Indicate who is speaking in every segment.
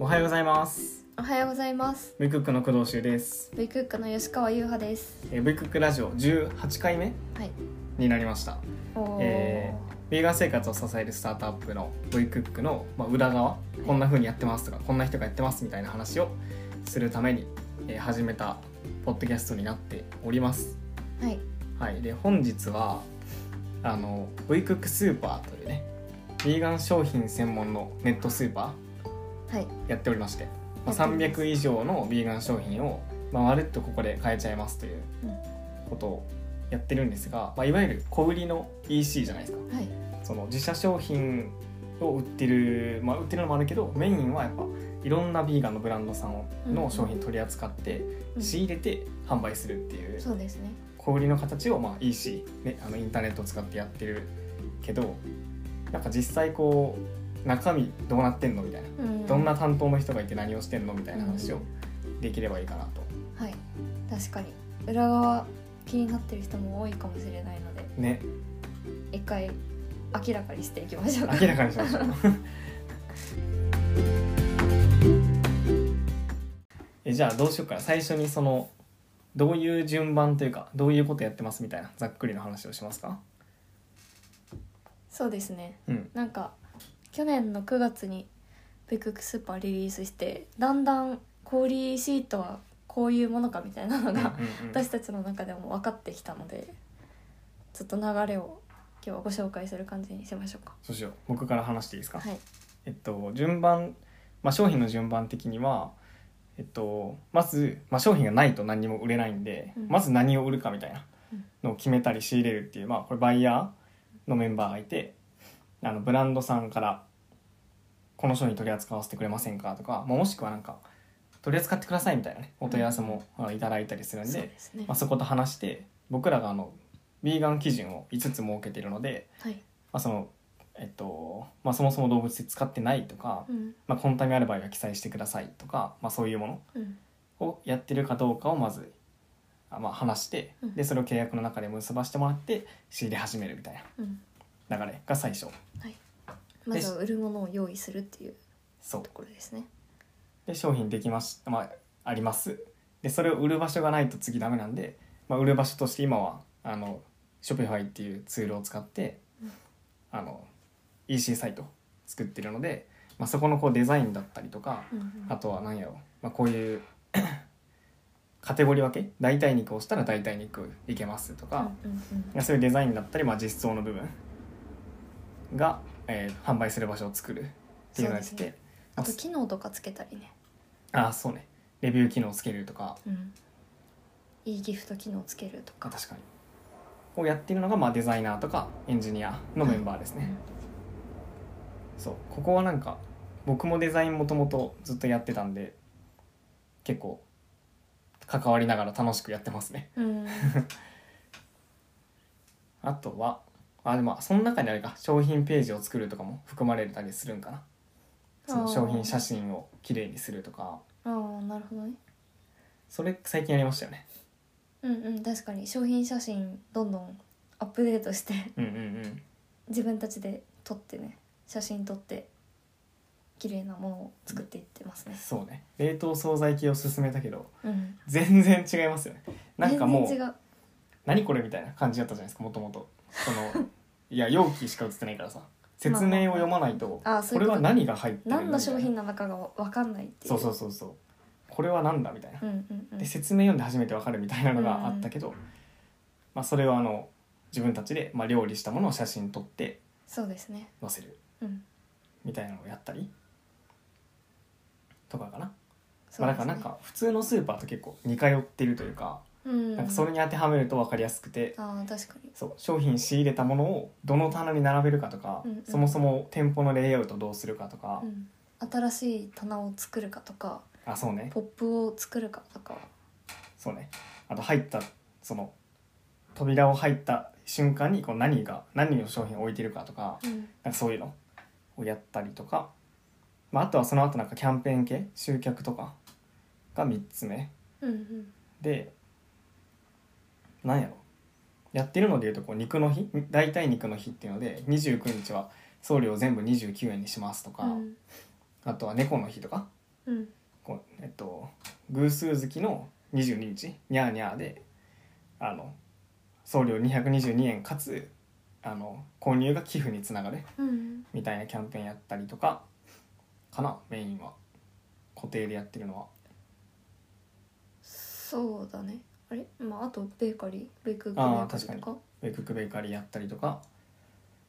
Speaker 1: おはようございます
Speaker 2: おはようございます。
Speaker 1: V クックの工藤修です
Speaker 2: V クックの吉川優派です。
Speaker 1: えー V クックラジオ18回目
Speaker 2: はい。
Speaker 1: になりました
Speaker 2: おお、
Speaker 1: えービーガン生活を支えるスタートアップの V クックの、まあ、裏側こんな風にやってますとかこんな人がやってますみたいな話をするために、えー始めたポッドキャストになっております
Speaker 2: はい。
Speaker 1: はい、で本日はあの V クックスーパーというねヴィーガン商品専門のネットスーパ
Speaker 2: はい。
Speaker 1: ーやっておりまして、まあ、
Speaker 2: やっております
Speaker 1: 300以上のヴィーガン商品を、まあ、まるっとここで買えちゃいますという
Speaker 2: うん
Speaker 1: ことをやってるんですが、まあ、いわゆる小売りの EC じゃないですか
Speaker 2: はい。
Speaker 1: その自社商品を売ってる、まあ、売ってるのもあるけどメインはやっぱいろんなヴィーガンのブランドさんの商品取り扱って
Speaker 2: うん
Speaker 1: 仕入れて販売するっていう
Speaker 2: そうですね。
Speaker 1: 小売りの形をまあ EC、ね、あのインターネットを使ってやってるけどなんか実際こう中身どうなってんのみたいな、
Speaker 2: うん
Speaker 1: どんな担当の人がいて何をしてんのみたいな話をできればいいかなと。
Speaker 2: はい。確かに裏側気になってる人も多いかもしれないので、
Speaker 1: ね
Speaker 2: 一回明らかにしていきましょうか。
Speaker 1: 明らかにしましょう。 えじゃあどうしようかな最初にそのどういう順番というかどういうことやってますみたいなざっくりの話をしますか
Speaker 2: そうですね。
Speaker 1: うん
Speaker 2: なんか去年の9月に V クックスーパーリリースして、だんだん氷シートはこういうものかみたいなの
Speaker 1: うんうん
Speaker 2: が。
Speaker 1: うん
Speaker 2: 私たちの中でも分かってきたのでちょっと流れを今日はご紹介する感じにしましょうか
Speaker 1: そうしよう僕から話していいですか
Speaker 2: はい
Speaker 1: えっと、順番、まあ、商品の順番的には、えっと、まず、まあ、商品がないと何にも売れないんで、
Speaker 2: うん
Speaker 1: まず何を売るかみたいな
Speaker 2: うん
Speaker 1: のを決めたり仕入れるっていう、まあ、これバイヤーのメンバーがいてあのブランドさんから「この商品取り扱わせてくれませんか?」とか、まあ、もしくはなんか「取り扱ってください」みたいなねお問い合わせもあいただいたりするん
Speaker 2: そう
Speaker 1: で、
Speaker 2: ですね
Speaker 1: まあ、そこと話して僕らがあのヴィーガン基準を5つ設けてるので、
Speaker 2: はい
Speaker 1: まあそのえっとまあ、そもそも動物性使ってないとか
Speaker 2: う、ん
Speaker 1: まあ、コンタミある場合は記載してくださいとか、まあ、そういうも
Speaker 2: うん
Speaker 1: のをやってるかどうかをまず、あまあ、話して
Speaker 2: うん
Speaker 1: でそれを契約の中で結ばしてもらって仕入れ始めるみたい
Speaker 2: うん
Speaker 1: な流れが最初
Speaker 2: まずは売るものを用意するっていう
Speaker 1: そう
Speaker 2: ところですね
Speaker 1: で商品できました、まあ、ありますでそれを売る場所がないと次ダメなんで、まあ、売る場所として今はあの Shopify っていうツールを使って
Speaker 2: うん
Speaker 1: あの EC サイト作ってるので、まあ、そこのこうデザインだったりとか、
Speaker 2: うんうん
Speaker 1: あとは何やろう、まあ、こういう カテゴリー分け代替肉をしたら代替肉いけますとか、
Speaker 2: うんうん
Speaker 1: そういうデザインだったり、まあ、実装の部分が、えー販売する場所を作るっていうのをやって
Speaker 2: そうです
Speaker 1: て、
Speaker 2: ねあと機能とかつけたりね
Speaker 1: ああそうねレビュー機能をつけるとか
Speaker 2: うんいいギフト機能つけると
Speaker 1: あ
Speaker 2: か
Speaker 1: 確かにをやってるのが、まあ、デザイナーとかエンジニアのメンバーですね、そうここはなんか僕もデザインもともとずっとやってたんで結構関わりながら楽しくやってますね
Speaker 2: うん
Speaker 1: あとはあでもその中にあれか商品ページを作るとかも含まれたりするんかな その商品写真をきれいにするとか
Speaker 2: あーなるほどね
Speaker 1: それ最近やりましたよね
Speaker 2: うんうん確かに商品写真どんどんアップデートして
Speaker 1: うんうんうん
Speaker 2: 自分たちで撮ってね写真撮って綺麗なものを作っていってますね、
Speaker 1: そうね冷凍惣菜系を勧めたけど
Speaker 2: うん、
Speaker 1: 全然違いますよねなんかも
Speaker 2: 全然
Speaker 1: う
Speaker 2: 違う
Speaker 1: 何これみたいな感じだったじゃないですかもともとそ のいや容器しか写ってないからさ説明を読まないと
Speaker 2: あそう
Speaker 1: これ
Speaker 2: いうこ
Speaker 1: は
Speaker 2: と
Speaker 1: 何が入ってる
Speaker 2: 何の商
Speaker 1: みたい
Speaker 2: 品なのかが分かんないって
Speaker 1: な
Speaker 2: いう
Speaker 1: そうそうそうそうこれは何だみたいな
Speaker 2: うんうんうん
Speaker 1: で説明読んで初めてわかるみたいなのがあったけど、まあ、それをあの自分たちでまあ料理したものを写真撮って
Speaker 2: そうですね
Speaker 1: 載せる
Speaker 2: うん
Speaker 1: みたいなのをやったりとかかな、
Speaker 2: そ
Speaker 1: ま
Speaker 2: う
Speaker 1: あ、
Speaker 2: で
Speaker 1: だから
Speaker 2: すね
Speaker 1: なんか普通のスーパーと結構似通ってるというか,、
Speaker 2: うん
Speaker 1: なんかそれに当てはめると分かりやすくて、
Speaker 2: あー確かに
Speaker 1: そう商品仕入れたものをどの棚に並べるかとか、
Speaker 2: うんうん
Speaker 1: そもそも店舗のレイアウトどうするかとか、
Speaker 2: うん新しい棚を作るかとか
Speaker 1: あそうね
Speaker 2: ポップを作るかとか
Speaker 1: そうねあと入ったその扉を入った瞬間にこう何が何の商品を置いてるかとか
Speaker 2: うん
Speaker 1: なんかそういうのをやったりとか、まあ、あとはその後なんかキャンペーン系集客とかが3つ目
Speaker 2: うんうん
Speaker 1: でなんやろやってるのでいうとこう肉の日代替肉の日っていうので29日は送料全部29円にしますとか、
Speaker 2: うん
Speaker 1: あとは猫の日とか
Speaker 2: うん
Speaker 1: こうえっと、偶数月の22日にゃーにゃーであの送料222円かつあの購入が寄付につながる
Speaker 2: うん
Speaker 1: みたいなキャンペーンやったりとかかなメインは固定でやってるのは
Speaker 2: そうだねあれまああとベーカリーベイクグレ
Speaker 1: あ
Speaker 2: ー
Speaker 1: ー
Speaker 2: カリーとか
Speaker 1: ウェクックベーカリーやったりとか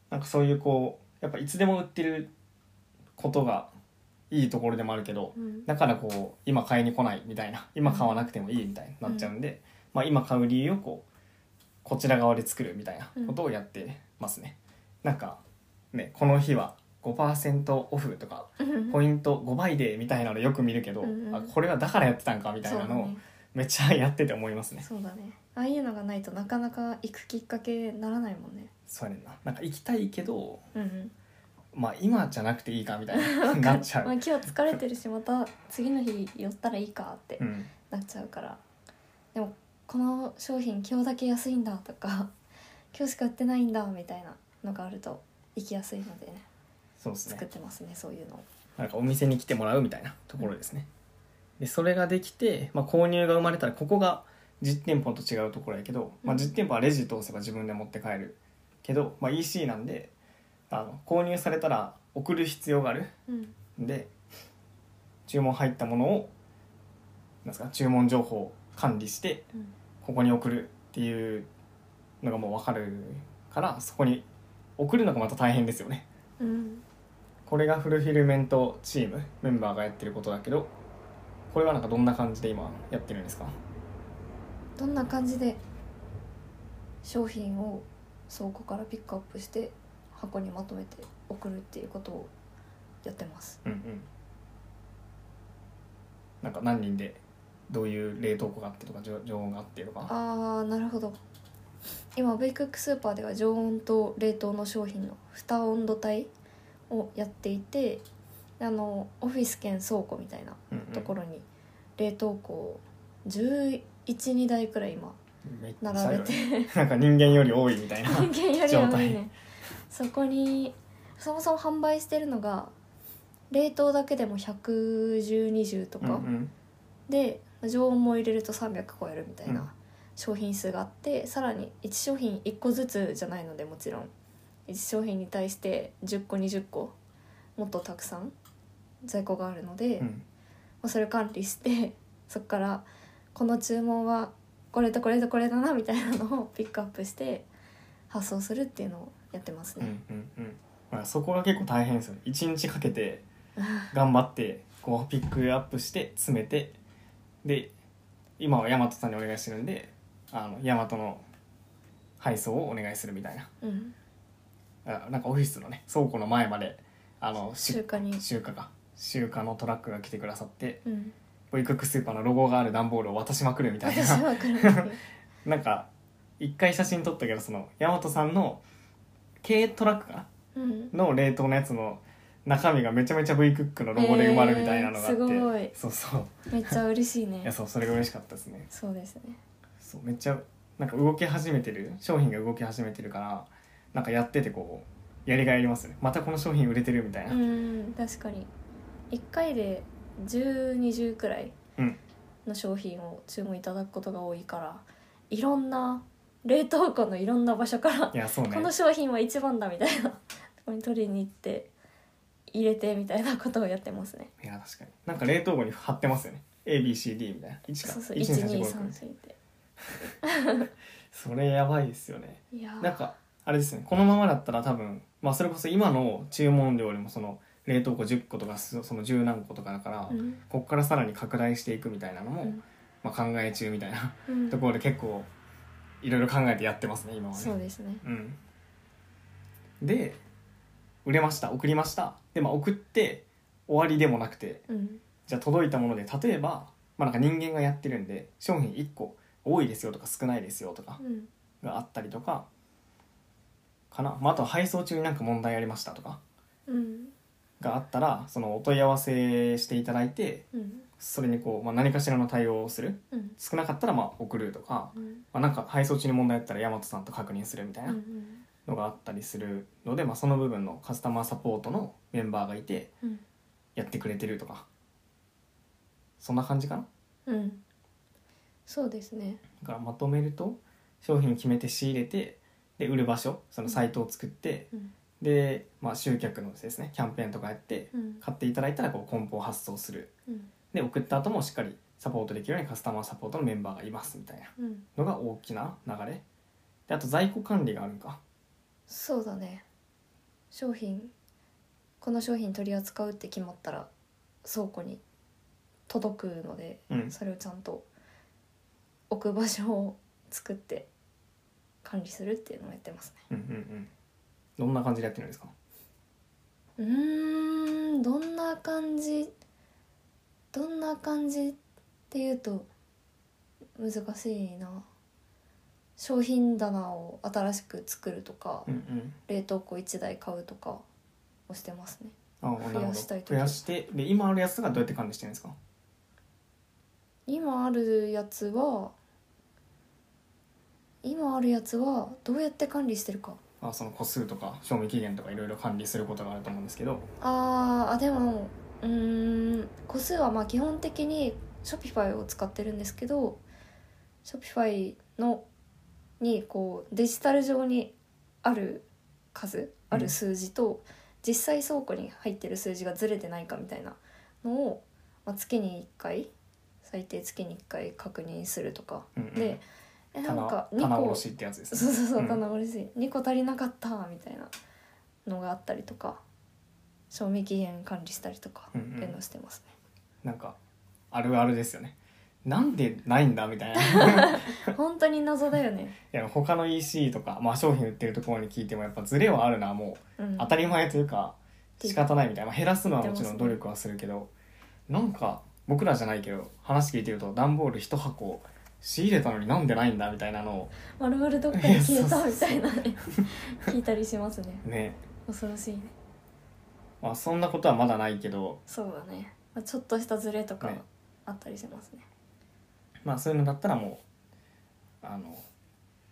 Speaker 1: なんかそういうこうやっぱいつでも売ってることがいいところでもあるけど
Speaker 2: うん
Speaker 1: だからこう今買いに来ないみたいな今買わなくてもいいみたいになっちゃうんで、まあ、今買う理由をこうこちら側で作るみたいなことをやってますね。なんかねこの日は5%オフとかポイント5倍でみたいなのよく見るけど、
Speaker 2: うんうん
Speaker 1: あこれはだからやってたんかみたいなのをめっちゃやってて思いますね。
Speaker 2: そうだねそうだねああいうのがないとなかなか行くきっかけにならないもんね
Speaker 1: そうやねんななんか行きたいけど
Speaker 2: うんうん
Speaker 1: まあ今じゃなくていいかみたい な
Speaker 2: ま
Speaker 1: な
Speaker 2: あ
Speaker 1: っちゃ
Speaker 2: 今
Speaker 1: う。
Speaker 2: 日疲れてるしまた次の日寄ったらいいかって
Speaker 1: うん、
Speaker 2: なっちゃうからでもこの商品今日だけ安いんだとか 今日しか売ってないんだみたいなのがあると行きやすいのでね
Speaker 1: そうです
Speaker 2: 作っ
Speaker 1: ね。
Speaker 2: てますねそういうのを
Speaker 1: なんかお店に来てもらうみたいなところですね。でそれができて、まあ、購入が生まれたらここが実店舗と違うところやけど、まあ、
Speaker 2: うん
Speaker 1: 実店舗はレジ通せば自分で持って帰るけど、まあ、EC なんであの購入されたら送る必要がある
Speaker 2: うん
Speaker 1: で注文入ったものをなんですか注文情報を管理して
Speaker 2: うん
Speaker 1: ここに送るっていうのがもう分かるからそこに送るのがまた大変ですよね
Speaker 2: うん
Speaker 1: これがフルフィルメントチームメンバーがやってることだけどこれはなんかどんな感じで今やってるんですか
Speaker 2: どんな感じで商品を倉庫からピックアップして箱にまとめて送るっていうことをやってます
Speaker 1: うんうんなんか何人でどういう冷凍庫があってとか常常温があってとか
Speaker 2: あーなるほど今ベイクックスーパーでは常温と冷凍の商品の蓋温度帯をやっていてあのオフィス兼倉庫みたいな
Speaker 1: うんうん
Speaker 2: ところに冷凍庫を112台くらい今
Speaker 1: めっちゃ
Speaker 2: 並べて
Speaker 1: なんか人間より多いみたい な
Speaker 2: 人間より
Speaker 1: 状
Speaker 2: 多い
Speaker 1: 態
Speaker 2: ねそこにそもそも販売してるのが冷凍だけでも11020とか、
Speaker 1: うんうん
Speaker 2: で常温も入れると300超えるみたい
Speaker 1: うん
Speaker 2: な商品数があって、さらに1商品1個ずつじゃないのでもちろん1商品に対して10個20個もっとたくさん在庫があるので、
Speaker 1: う
Speaker 2: ま
Speaker 1: ん
Speaker 2: あそれを管理してそこからこの注文はこれとこれとこれだなみたいなのをピ ックアップして発送するっていうのをやってます
Speaker 1: う
Speaker 2: ね。
Speaker 1: んうんうんまあ、そこが結構大変ですよね一日かけて頑張ってこうピックアップして詰めてで今はヤマトさんにお願いしてるんであのヤマトの配送をお願いするみたいな
Speaker 2: うん、
Speaker 1: あなんかオフィスのね倉庫の前まであのし
Speaker 2: 中華に、
Speaker 1: 集荷か集荷のトラックが来てくださって
Speaker 2: うん、
Speaker 1: ボイクックスーパーのロゴがある段ボールを渡しまくるみたいな
Speaker 2: 私 は分からない
Speaker 1: なんか一回写真撮ったけどその大和さんの軽トラックか
Speaker 2: うん、
Speaker 1: なの冷凍のやつの中身がめちゃめちゃ V クックのロゴで埋まるみたいなのがあって、
Speaker 2: えーすごい
Speaker 1: そうそう
Speaker 2: めっちゃ嬉しいね
Speaker 1: いやそうそれが嬉しかったですね
Speaker 2: そうですね
Speaker 1: そうめっちゃなんか動き始めてる商品が動き始めてるからなんかやっててこうやりがいありますねまたこの商品売れてるみたいな、
Speaker 2: うん確かに1回で1020くらい
Speaker 1: うん
Speaker 2: の商品を注文いただくことが多いからいろんな冷凍庫のいろんな場所から
Speaker 1: いやそうね
Speaker 2: この商品は一番だみたいなとこに取りに行って入れてみたいなことをやってますね
Speaker 1: いや確かになんか冷凍庫に貼ってますよね ABCD みたいな1か
Speaker 2: そうそう
Speaker 1: 1 2 3 4 5
Speaker 2: 1234って
Speaker 1: それやばいですよね
Speaker 2: いやー
Speaker 1: なんかあれですねこのままだったら多分、まあ、それこそ今の注文量よりもその冷凍庫10個とかそその10何個とかだから、
Speaker 2: うん
Speaker 1: ここからさらに拡大していくみたいなのも、
Speaker 2: うん
Speaker 1: まあ、考え中みたいな
Speaker 2: うん
Speaker 1: ところで結構いろいろ考えてやってますね今はね。
Speaker 2: そうですね
Speaker 1: うん、で売れました送りましたで、まあ、送って終わりでもなくて
Speaker 2: うん
Speaker 1: じゃあ届いたもので例えば、まあ、なんか人間がやってるんで商品1個多いですよとか少ないですよとか
Speaker 2: うん
Speaker 1: があったりとかかな、まあ、あとは配送中になんか問題ありましたとか
Speaker 2: うん
Speaker 1: があったらそのお問い合わせしていただいて
Speaker 2: うん
Speaker 1: それにこう、まあ、何かしらの対応をする
Speaker 2: うん
Speaker 1: 少なかったらまあ送るとか,、
Speaker 2: うん
Speaker 1: まあ、なんか配送中に問題あったら大和さんと確認するみたい
Speaker 2: うんう
Speaker 1: なんのがあったりするので、まあ、その部分のカスタマーサポートのメンバーがいて
Speaker 2: うん
Speaker 1: やってくれてるとかそんな感じかな
Speaker 2: うんそうですね
Speaker 1: だからまとめると商品決めて仕入れてで売る場所そのサイトを作って、
Speaker 2: うん
Speaker 1: で、まあ、集客のですねキャンペーンとかやって
Speaker 2: うん
Speaker 1: 買っていただいたらこう梱包発送する
Speaker 2: うん
Speaker 1: で送った後もしっかりサポートできるようにカスタマーサポートのメンバーがいますみたいな
Speaker 2: うん
Speaker 1: のが大きな流れであと在庫管理があるんか
Speaker 2: そうだね商品この商品取り扱うって決まったら倉庫に届くので
Speaker 1: うん
Speaker 2: それをちゃんと置く場所を作って管理するっていうのをやってますね
Speaker 1: うんうんうんどんな感じでやってるんですか
Speaker 2: うーんどんな感じどんな感じっていうと難しいな商品棚を新しく作るとか、
Speaker 1: うんうん
Speaker 2: 冷凍庫1台買うとかをしてますね
Speaker 1: ああな
Speaker 2: 増
Speaker 1: るほ
Speaker 2: や
Speaker 1: ど
Speaker 2: したい時
Speaker 1: 増やしてで今あるやつとかどうやって管理してるんですか
Speaker 2: 今あるやつは今あるやつはどうやって管理してるか
Speaker 1: あその個数とか賞味期限とかいろいろ管理することがあると思うんですけど
Speaker 2: あーあでもうーん個数はまあ基本的に Shopify を使ってるんですけど Shopify のにこうデジタル上にある数ある数字と、実際倉庫に入ってる数字がずれてないかみたいなのを、まあ、月に1回最低月に1回確認するとか
Speaker 1: うんうん
Speaker 2: で、えなん
Speaker 1: 棚
Speaker 2: か2
Speaker 1: 棚
Speaker 2: 個
Speaker 1: 卸しってやつですね
Speaker 2: そうそうそううん棚卸し2個足りなかったみたいなのがあったりとか賞味期限管理したりとか
Speaker 1: うんうん
Speaker 2: っていうのをしてます
Speaker 1: なんかあるあるですよねなんでないんだみたい ない
Speaker 2: ね本当に謎だよ ね、
Speaker 1: や他の EC とか、まあ、商品売ってるところに聞いてもやっぱズレはあるなも
Speaker 2: うん
Speaker 1: う、当たり前というか仕方ないみたいな、まあ、減らすのはもちろ
Speaker 2: 言
Speaker 1: ん
Speaker 2: ってますね
Speaker 1: 努力はするけどなんか僕らじゃないけど話聞いてると段ボール1箱仕入れたのになんでないんだみたいなのを
Speaker 2: 丸々どっかに
Speaker 1: い
Speaker 2: 消えたみ
Speaker 1: やそうそ
Speaker 2: た
Speaker 1: う
Speaker 2: いなね聞いたりしますね
Speaker 1: ね、
Speaker 2: 恐ろしいね
Speaker 1: まあ、そんなことはまだないけど、
Speaker 2: そうだね、まあ、ちょっとしたズレとか
Speaker 1: ね
Speaker 2: あったりしますね
Speaker 1: まあ、そういうのだったらもうあの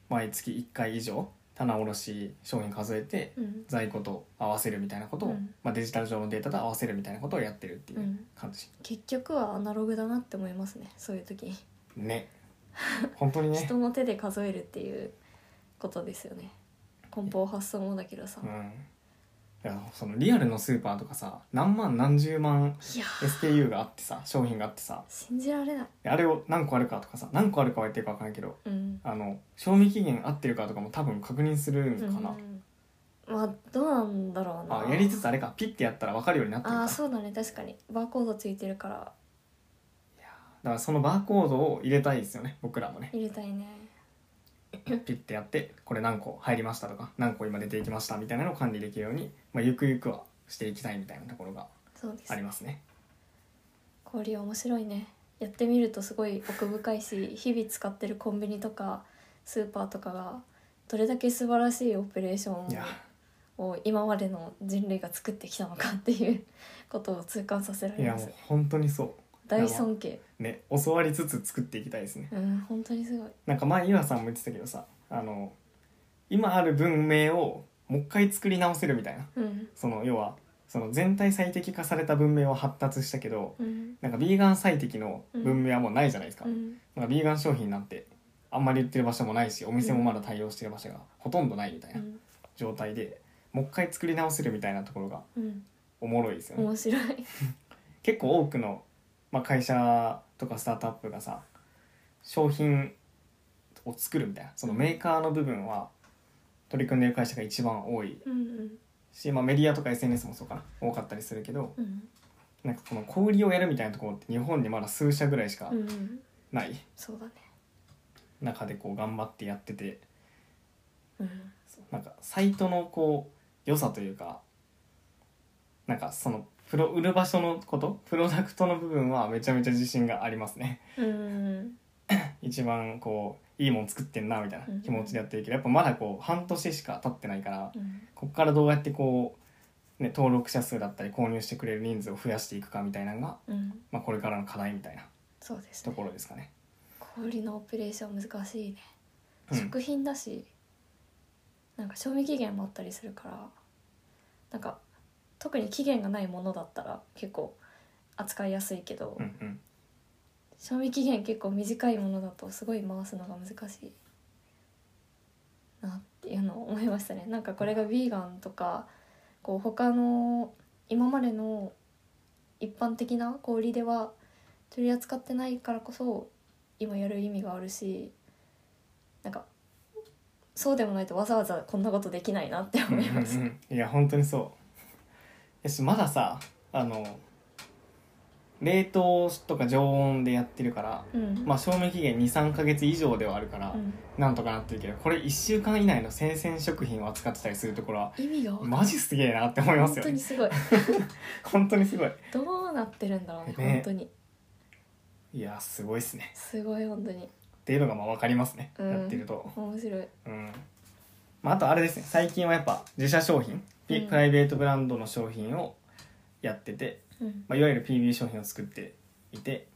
Speaker 1: 毎月1回以上棚卸し商品数えて
Speaker 2: うん
Speaker 1: 在庫と合わせるみたいなことを、
Speaker 2: うん
Speaker 1: まあ、デジタル上のデータと合わせるみたいなことをやってるっていううん感じ、
Speaker 2: 結局はアナログだなって思いますねそういう時、
Speaker 1: ね本当にね
Speaker 2: 人、の手で数えるっていうことですよね梱包発送もだけどさ、
Speaker 1: うん、
Speaker 2: い
Speaker 1: いやそのリアルのスーパーとかさ何万何十万
Speaker 2: やー
Speaker 1: SKU があってさ商品があってさ
Speaker 2: 信じられない
Speaker 1: あれを何個あるかとかさ何個あるかは言ってるか分かんないけど
Speaker 2: うん
Speaker 1: あの賞味期限合ってるかとかも多分確認するんかな、
Speaker 2: うんまあどうなんだろうな
Speaker 1: あやりつつあれかピッてやったら分かるようになってる
Speaker 2: あ
Speaker 1: か
Speaker 2: ーそうだね確かにバーコードついてるから
Speaker 1: だからそのバーコードを入れたいですよね僕らもね
Speaker 2: 入れたいね
Speaker 1: ピッてやってこれ何個入りましたとか何個今出ていきましたみたいなのを管理できるように、まあ、ゆくゆくはしていきたいみたいなところが
Speaker 2: そうです
Speaker 1: ありますね
Speaker 2: 氷面白いねやってみるとすごい奥深いし日々使ってるコンビニとかスーパーとかがどれだけ素晴らしいオペレーショ
Speaker 1: いや
Speaker 2: ンを今までの人類が作ってきたのかっていう ことを痛感させら
Speaker 1: い
Speaker 2: れ
Speaker 1: や
Speaker 2: ま
Speaker 1: も
Speaker 2: す
Speaker 1: う本当にそ
Speaker 2: 大尊敬
Speaker 1: うね教わりつつ作っていきたいですね
Speaker 2: うん本当にすごい
Speaker 1: なんか前岩さんも言ってたけどさあの今ある文明をもう一回作り直せるみたいな
Speaker 2: うん
Speaker 1: その要はその全体最適化された文明は発達したけど
Speaker 2: うん
Speaker 1: なんかビーガン最適の文明はもうないじゃないですか、
Speaker 2: うん
Speaker 1: なんかビーガン商品なんてあんまり売ってる場所もないしお店もまだ対応してる場所がほとんどないみたいうなん状態でもう一回作り直せるみたいなところが
Speaker 2: うん
Speaker 1: おもろいですよね
Speaker 2: 面白い
Speaker 1: 結構多くの、まあ、会社とかスタートアップがさ商品を作るみたいなそのメーカーの部分は取り組んでる会社が一番多い
Speaker 2: うんうん
Speaker 1: し、まあ、メディアとか SNS もそうかな多かったりするけど
Speaker 2: うん
Speaker 1: なんかこの小売りをやるみたいなところって日本にまだ数社ぐらいしか
Speaker 2: うんうん
Speaker 1: ない
Speaker 2: そうだね
Speaker 1: 中でこう頑張ってやってて。
Speaker 2: うん
Speaker 1: なんかサイトのこう良さというかなんかそのプロ売る場所のことプロダクトの部分はめちゃめちゃ自信がありますね
Speaker 2: うん
Speaker 1: 一番こういいもん作ってんなみたい
Speaker 2: うん
Speaker 1: な気持ちでやってるけどやっぱまだこう半年しか経ってないから
Speaker 2: うん
Speaker 1: こっからどうやってこう、ね、登録者数だったり購入してくれる人数を増やしていくかみたいなのが、
Speaker 2: うん
Speaker 1: まあ、これからの課題みたいな
Speaker 2: そうです
Speaker 1: と
Speaker 2: ね
Speaker 1: ころですかね。
Speaker 2: 氷のオペレーション難しいね、
Speaker 1: うん
Speaker 2: 食品だしなんか賞味期限もあったりするからなんか特に期限がないものだったら結構扱いやすいけど、
Speaker 1: うんうん
Speaker 2: 賞味期限結構短いものだとすごい回すのが難しいなっていうのを思いましたねなんかこれがヴィーガンとかこう他の今までの一般的な小売りでは取り扱ってないからこそ今やる意味があるしなんかそうでもないとわざわざこんなことできないなって
Speaker 1: うん
Speaker 2: 思います。
Speaker 1: うんうんいや本当にそうよしまださあの冷凍とか常温でやってるから、
Speaker 2: うん
Speaker 1: まあ、賞味期限23か月以上ではあるから、
Speaker 2: うん
Speaker 1: なんとかなってるけどこれ1週間以内の生鮮食品を扱ってたりするところは
Speaker 2: 意味がわかんない
Speaker 1: マジすげえなって思います
Speaker 2: 本
Speaker 1: よ
Speaker 2: 当
Speaker 1: ね
Speaker 2: にすごい
Speaker 1: 本当にすごい
Speaker 2: どうなってるんだろうね
Speaker 1: ね
Speaker 2: 本当に
Speaker 1: いやすごいっすね
Speaker 2: すごい本当に
Speaker 1: っていうのがまあ分かりますね、
Speaker 2: うん
Speaker 1: やってると
Speaker 2: 面白い
Speaker 1: うん、まあ、あとあれですね最近はやっぱ自社商品、ピ
Speaker 2: うん
Speaker 1: プライベートブランドの商品をやってて、
Speaker 2: うん
Speaker 1: まあ、いわゆる PB 商品を作っていて、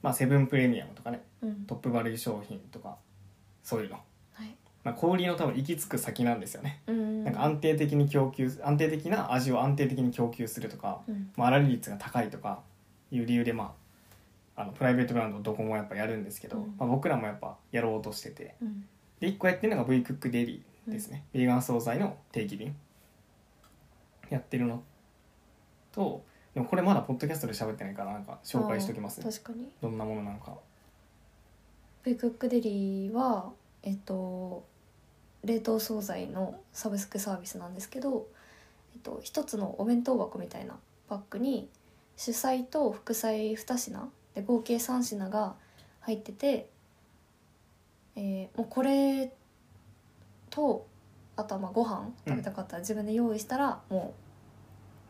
Speaker 1: まあ、セブンプレミアムとかね
Speaker 2: うん
Speaker 1: トップバリュー商品とかそういうの、
Speaker 2: はい
Speaker 1: まあ、小売りの多分行き着く先なんですよね
Speaker 2: うん
Speaker 1: なんか安定的に供給安定的な味を安定的に供給するとか、
Speaker 2: うん
Speaker 1: まあ、粗利率が高いとかいう理由でまああのプライベートブランドどこもやっぱやるんですけど、
Speaker 2: うん
Speaker 1: まあ、僕らもやっぱやろうとしてて
Speaker 2: うん
Speaker 1: で1個やってるのが V クックデリーですね、ヴィーガン惣菜の定期便やってるのとでもこれまだポッドキャストで喋ってないからなんか紹介しときます
Speaker 2: あ
Speaker 1: ね
Speaker 2: ー確かに
Speaker 1: どんなものなのか
Speaker 2: ベイクックデリはえっと冷凍惣菜のサブスクサービスなんですけど、えっと、一つのお弁当箱みたいなパックに主菜と副菜2品で合計3品が入ってて、えーもうこれとあとはまあご飯食べたかったら自分で用意したらもう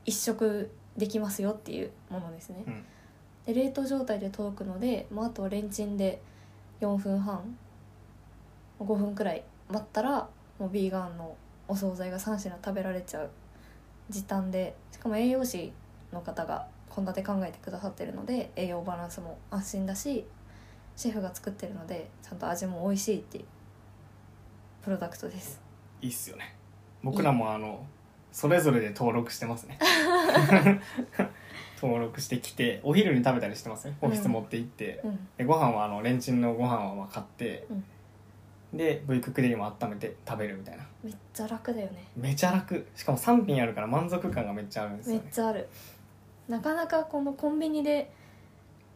Speaker 2: 一食できますよっていうものですね。
Speaker 1: うん
Speaker 2: で冷凍状態で届くので、まあ、あとはレンチンで4分半5分くらい待ったらもうビーガンのお惣菜が3品食べられちゃう時短でしかも栄養士の方が献立考えてくださってるので栄養バランスも安心だしシェフが作ってるのでちゃんと味も美味しいっていうプロダクトです
Speaker 1: いいっすよね僕らもあのそれぞれで登録して ますね登録してきてお昼に食べたりしてますねオフィス持って行って、
Speaker 2: うん
Speaker 1: でご飯はあのレンチンのご飯はまあ買って、で V クックデリも温めて食べるみたいな
Speaker 2: めっちゃ楽だよね
Speaker 1: めちゃ楽しかも3品あるから満足感がめっちゃあるんです
Speaker 2: め
Speaker 1: よ
Speaker 2: っ
Speaker 1: ね
Speaker 2: ちゃあるなかなかこのコンビニで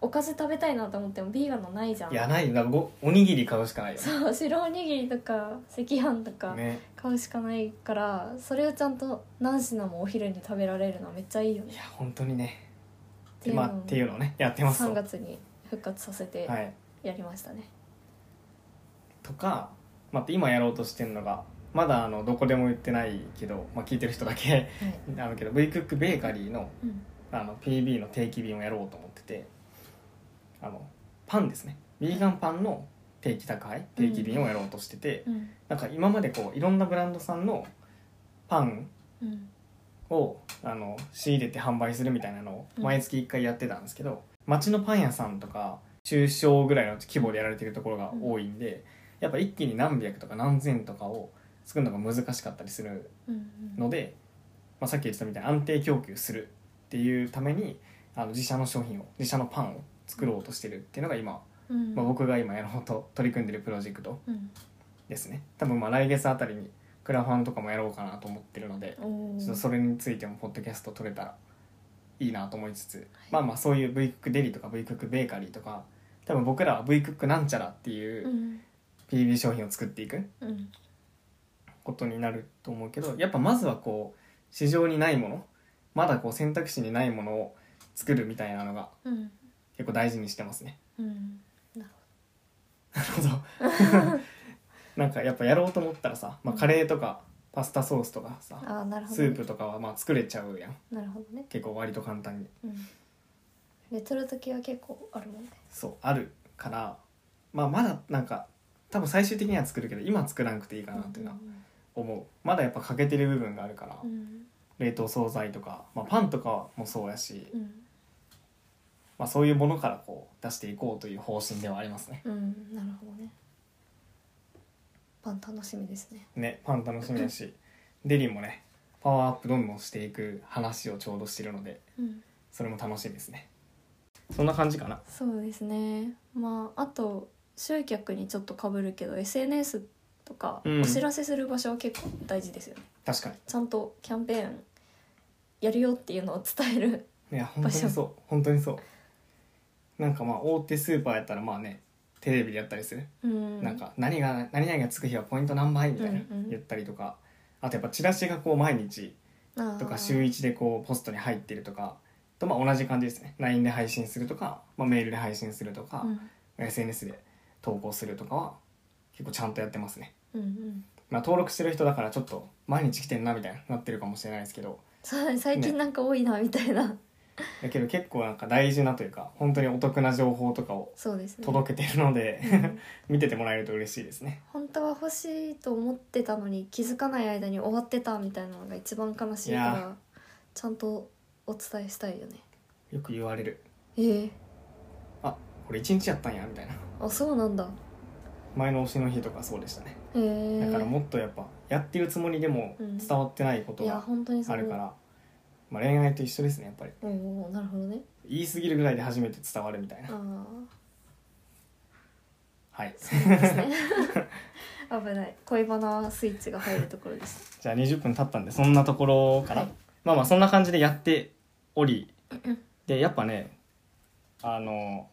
Speaker 2: おかず食べたいなと思ってもビーガンのないじゃん
Speaker 1: いやないよだからごおにぎり買うしかないよ
Speaker 2: そう白おにぎりとか赤飯とか
Speaker 1: ね
Speaker 2: 買うしかないから、それをちゃんと何品もお昼に食べられるのめっちゃいいよね
Speaker 1: いや本当にね
Speaker 2: っ
Speaker 1: で
Speaker 2: ていうの
Speaker 1: ま
Speaker 2: を
Speaker 1: あっていうのをねやってます
Speaker 2: 3
Speaker 1: と
Speaker 2: 月に復活させて
Speaker 1: はい
Speaker 2: やりましたね、
Speaker 1: とか、まあ、今やろうとしてるのがまだあのどこでも言ってないけど、まあ、聞いてる人だけ
Speaker 2: はい
Speaker 1: あのけど V クックベーカリーの
Speaker 2: うん
Speaker 1: あの PB の定期便をやろうと思っててあのパンですねヴィーガンパンの定期宅配定期便をやろうとしてて、
Speaker 2: うん
Speaker 1: なんか今までこういろんなブランドさんのパン
Speaker 2: うん
Speaker 1: をあの仕入れて販売するみたいなのを
Speaker 2: うん
Speaker 1: 毎月1回やってたんですけど、町のパン屋さんとか中小ぐらいの規模でやられてるところが多いんで、やっぱ一気に何百とか何千とかを作るのが難しかったりする
Speaker 2: うんうん
Speaker 1: ので、まあ、さっき言ってたみたいに安定供給するっていうためにあの自社の商品を自社のパンを作ろうとしてるっていうのが今、
Speaker 2: うん
Speaker 1: まあ、僕が今やろうと取り組んでるプロジェクト
Speaker 2: うん
Speaker 1: ですね多分まあ来月あたりにクラファンとかもやろうかなと思ってるので、
Speaker 2: おー
Speaker 1: ちょっとそれについてもポッドキャスト撮れたらいいなと思いつつ、まあまあそういう V クックデリとか V クックベーカリーとか多分僕らは V クックなんちゃらっていううん PB 商品を作っていく
Speaker 2: うん
Speaker 1: ことになると思うけどやっぱまずはこう市場にないものまだこう選択肢にないものを作るみたいなのが
Speaker 2: うん
Speaker 1: 結構大事にしてますね。
Speaker 2: うんなる
Speaker 1: なるほど なんかやっぱやろうと思ったらさ、まあ、カレーとかパスタソースとかさ
Speaker 2: ほどあーなるほど
Speaker 1: ス
Speaker 2: ね、
Speaker 1: ープとかはまあ作れちゃうやん
Speaker 2: なるほどね
Speaker 1: 結構割と簡単に。
Speaker 2: うんレトルト系は結構あるもんね
Speaker 1: そうあるから、まあ、まだなんか多分最終的には作るけど今作らなくていいかなっていうのは思うまだやっぱ欠けてる部分があるから、
Speaker 2: うん
Speaker 1: 冷凍惣菜とか、まあ、パンとかもそうやし、
Speaker 2: うん
Speaker 1: まあ、そういうものからこう出していこうという方針ではありますね。
Speaker 2: うんなるほどねパン楽しみですね
Speaker 1: ねパン楽しみだし デリもねパワーアップどんどんしていく話をちょうどしてるので
Speaker 2: うん
Speaker 1: それも楽しみですね。そんな感じかな
Speaker 2: そうですねまああと集客にちょっとかぶるけど SNS とか
Speaker 1: うん
Speaker 2: お知らせする場所は結構大事ですよね、
Speaker 1: 確かに
Speaker 2: ちゃんとキャンペーンやるよっていうのを伝える
Speaker 1: いや本当にそう本当にそうなんかまあ大手スーパーやったらまあねテレビでやったりする、
Speaker 2: うん
Speaker 1: なんか何が何々がつく日はポイント何倍みたいな
Speaker 2: うんうん
Speaker 1: 言ったりとか、あとやっぱチラシがこう毎日とか週
Speaker 2: 囲
Speaker 1: 1でこうポストに入ってるとかとまあ同じ感じですね LINE で配信するとか、まあ、メールで配信するとか
Speaker 2: うん、
Speaker 1: SNS で投稿するとかは結構ちゃんとやってますね
Speaker 2: うんうん、
Speaker 1: まあ登録してる人だからちょっと毎日来てんなみたいになってるかもしれないですけど
Speaker 2: そうだね最近なんか多いなみたいな、
Speaker 1: だけど結構なんか大事なというか本当にお得な情報とかを
Speaker 2: そうですね
Speaker 1: 届けてるので、
Speaker 2: うん
Speaker 1: 見ててもらえると嬉しいですね
Speaker 2: 本当は欲しいと思ってたのに気づかない間に終わってたみたいなのが一番悲しいか
Speaker 1: い
Speaker 2: ら
Speaker 1: や
Speaker 2: ちゃんとお伝えしたいよね
Speaker 1: よく言われる
Speaker 2: ええ
Speaker 1: あこれ1日やったんやみたいな
Speaker 2: あそうなんだ
Speaker 1: 前の推しの日とかそうでしたね
Speaker 2: へえ
Speaker 1: だからもっとやっぱやってるつもりでも
Speaker 2: うん
Speaker 1: 伝わってないこ
Speaker 2: い
Speaker 1: と
Speaker 2: や
Speaker 1: が
Speaker 2: 本当にそ
Speaker 1: あ
Speaker 2: こ
Speaker 1: るから、まあ、恋愛と一緒ですねやっぱり
Speaker 2: おおなるほ どね
Speaker 1: 言い過ぎるぐらいで初めて伝わるみたい
Speaker 2: あ
Speaker 1: な
Speaker 2: あ
Speaker 1: はい
Speaker 2: そうですね危ない恋バナスイッチが入るところです
Speaker 1: じゃあ20分経ったんでそんなところかな、
Speaker 2: はい
Speaker 1: まあまあそんな感じでやっておりでやっぱねあの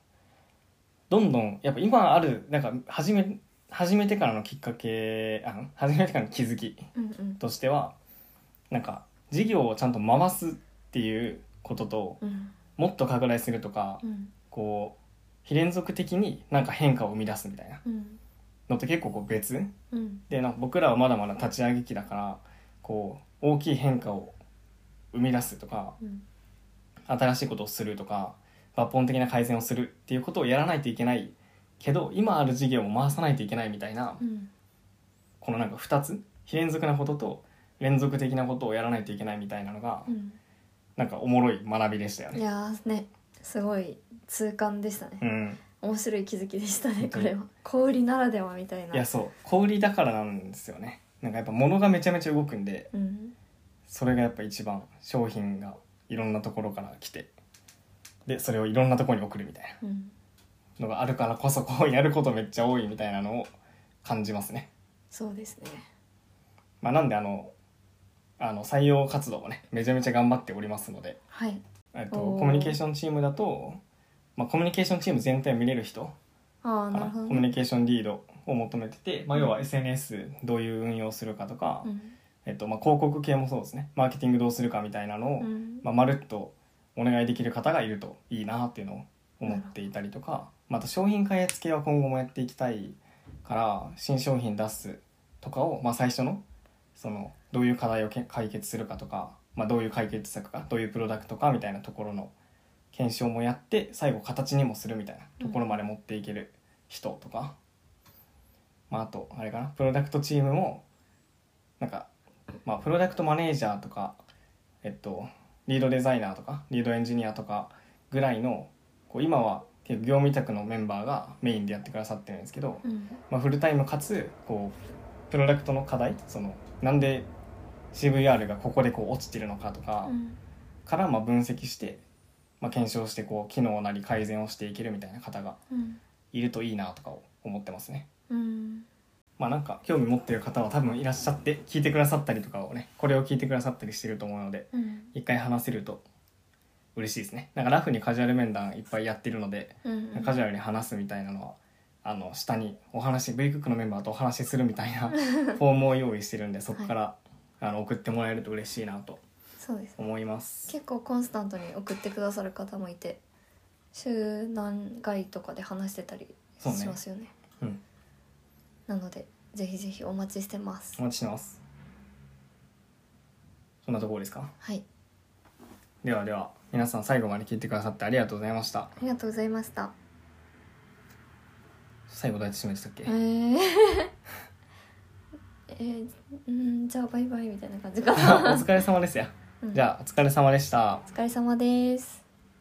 Speaker 1: どんどんやっぱ今あるなんか始め始めてからのきっかけあ始めてからの気づき
Speaker 2: うんうん
Speaker 1: としてはなんか事業をちゃんと回すっていうことと
Speaker 2: うん
Speaker 1: もっと拡大するとか
Speaker 2: うん
Speaker 1: こう非連続的になんか変化を生み出すみたいな
Speaker 2: うん
Speaker 1: のと結構こう別
Speaker 2: うん
Speaker 1: でなんか僕らはまだまだ立ち上げ期だからこう大きい変化を生み出すとか
Speaker 2: うん
Speaker 1: 新しいことをするとか抜本的な改善をするっていうことをやらないといけないけど今ある事業も回さないといけないみたいな
Speaker 2: うん
Speaker 1: このなんか2つ非連続なことと連続的なことをやらないといけないみたいなのが
Speaker 2: うん
Speaker 1: なんかおもろい学びでしたよ
Speaker 2: い
Speaker 1: ね。
Speaker 2: やーねすごい痛感でしたね
Speaker 1: うん、
Speaker 2: 面白い気づきでした
Speaker 1: 本
Speaker 2: ねこ
Speaker 1: 当に
Speaker 2: れは小売りならではみたいない
Speaker 1: やそう小売りだからなんですよね。なんかやっぱ物がめちゃめちゃ動くんで
Speaker 2: うん
Speaker 1: それがやっぱ一番商品がいろんなところから来てでそれをいろんなところに送るみたい
Speaker 2: うん
Speaker 1: なのがあるからこそ こうやることめっちゃ多いみたいなのを感じますね。
Speaker 2: そうですね
Speaker 1: まあ、なんであのあの採用活動をねめちゃめちゃ頑張っておりますので、
Speaker 2: はい
Speaker 1: えっと、
Speaker 2: おー
Speaker 1: コミュニケーションチームだと、まあ、コミュニケーションチーム全体を見れる人
Speaker 2: あ
Speaker 1: か
Speaker 2: あな
Speaker 1: な
Speaker 2: るほど
Speaker 1: コミュ
Speaker 2: ね
Speaker 1: ニケーションリードを求めてて、まあ、
Speaker 2: うん
Speaker 1: 要は SNS どういう運用するかとか、
Speaker 2: うん
Speaker 1: えっとまあ、広告系もそうですねマーケティングどうするかみたいなのを、
Speaker 2: うん
Speaker 1: まあ、まるっとお願いできる方がいるといいなっていうのを思っていたりとかまた商品開発系は今後もやっていきたいから新商品出すとかを、まあ、最初のそのどういう課題をけ解決するかとか、まあ、どういう解決策かどういうプロダクトかみたいなところの検証もやって最後形にもするみたいなところまで持っていける人とか、まあ、あとあれかなプロダクトチームもなんか、まあ、プロダクトマネージャーとかえっとリードデザイナーとかリードエンジニアとかぐらいのこう今は結構業務委託のメンバーがメインでやってくださってるんですけど、
Speaker 2: うん
Speaker 1: まあ、フルタイムかつこうプロダクトの課題そのなんで CVR がここでこう落ちてるのかとか
Speaker 2: うん
Speaker 1: からまあ分析して、まあ、検証してこう機能なり改善をしていけるみたいな方が
Speaker 2: うん
Speaker 1: いるといいなとかを思ってますね。
Speaker 2: うん
Speaker 1: まあなんか興味持ってる方は多分いらっしゃって聞いてくださったりとかをねこれを聞いてくださったりしてると思うので
Speaker 2: うん
Speaker 1: 一回話せると嬉しいですねなんかラフにカジュアル面談いっぱいやってるので、
Speaker 2: うん
Speaker 1: カジュアルに話すみたいなのはあの下にお話 V クックのメンバーとお話しするみたい なフォームを用意してるんでそこから、あの送ってもらえると嬉しいなと
Speaker 2: そうですね
Speaker 1: 思います
Speaker 2: 結構コンスタントに送ってくださる方もいて週何回とかで話してたり
Speaker 1: そうね
Speaker 2: しますよね
Speaker 1: うん
Speaker 2: なのでぜひぜひお待ちしてます
Speaker 1: お待ちしてますそんなところですか
Speaker 2: はい
Speaker 1: ではでは皆さん最後まで聞いてくださってありがとうございました
Speaker 2: ありがとうございました
Speaker 1: 最後どうやって締めてたっけ、
Speaker 2: えーえー、うんじゃあバイバイみたいな感じ か
Speaker 1: お
Speaker 2: な、
Speaker 1: 疲れ様ですや、
Speaker 2: うん
Speaker 1: じゃあお疲れ様でした
Speaker 2: お疲れ様です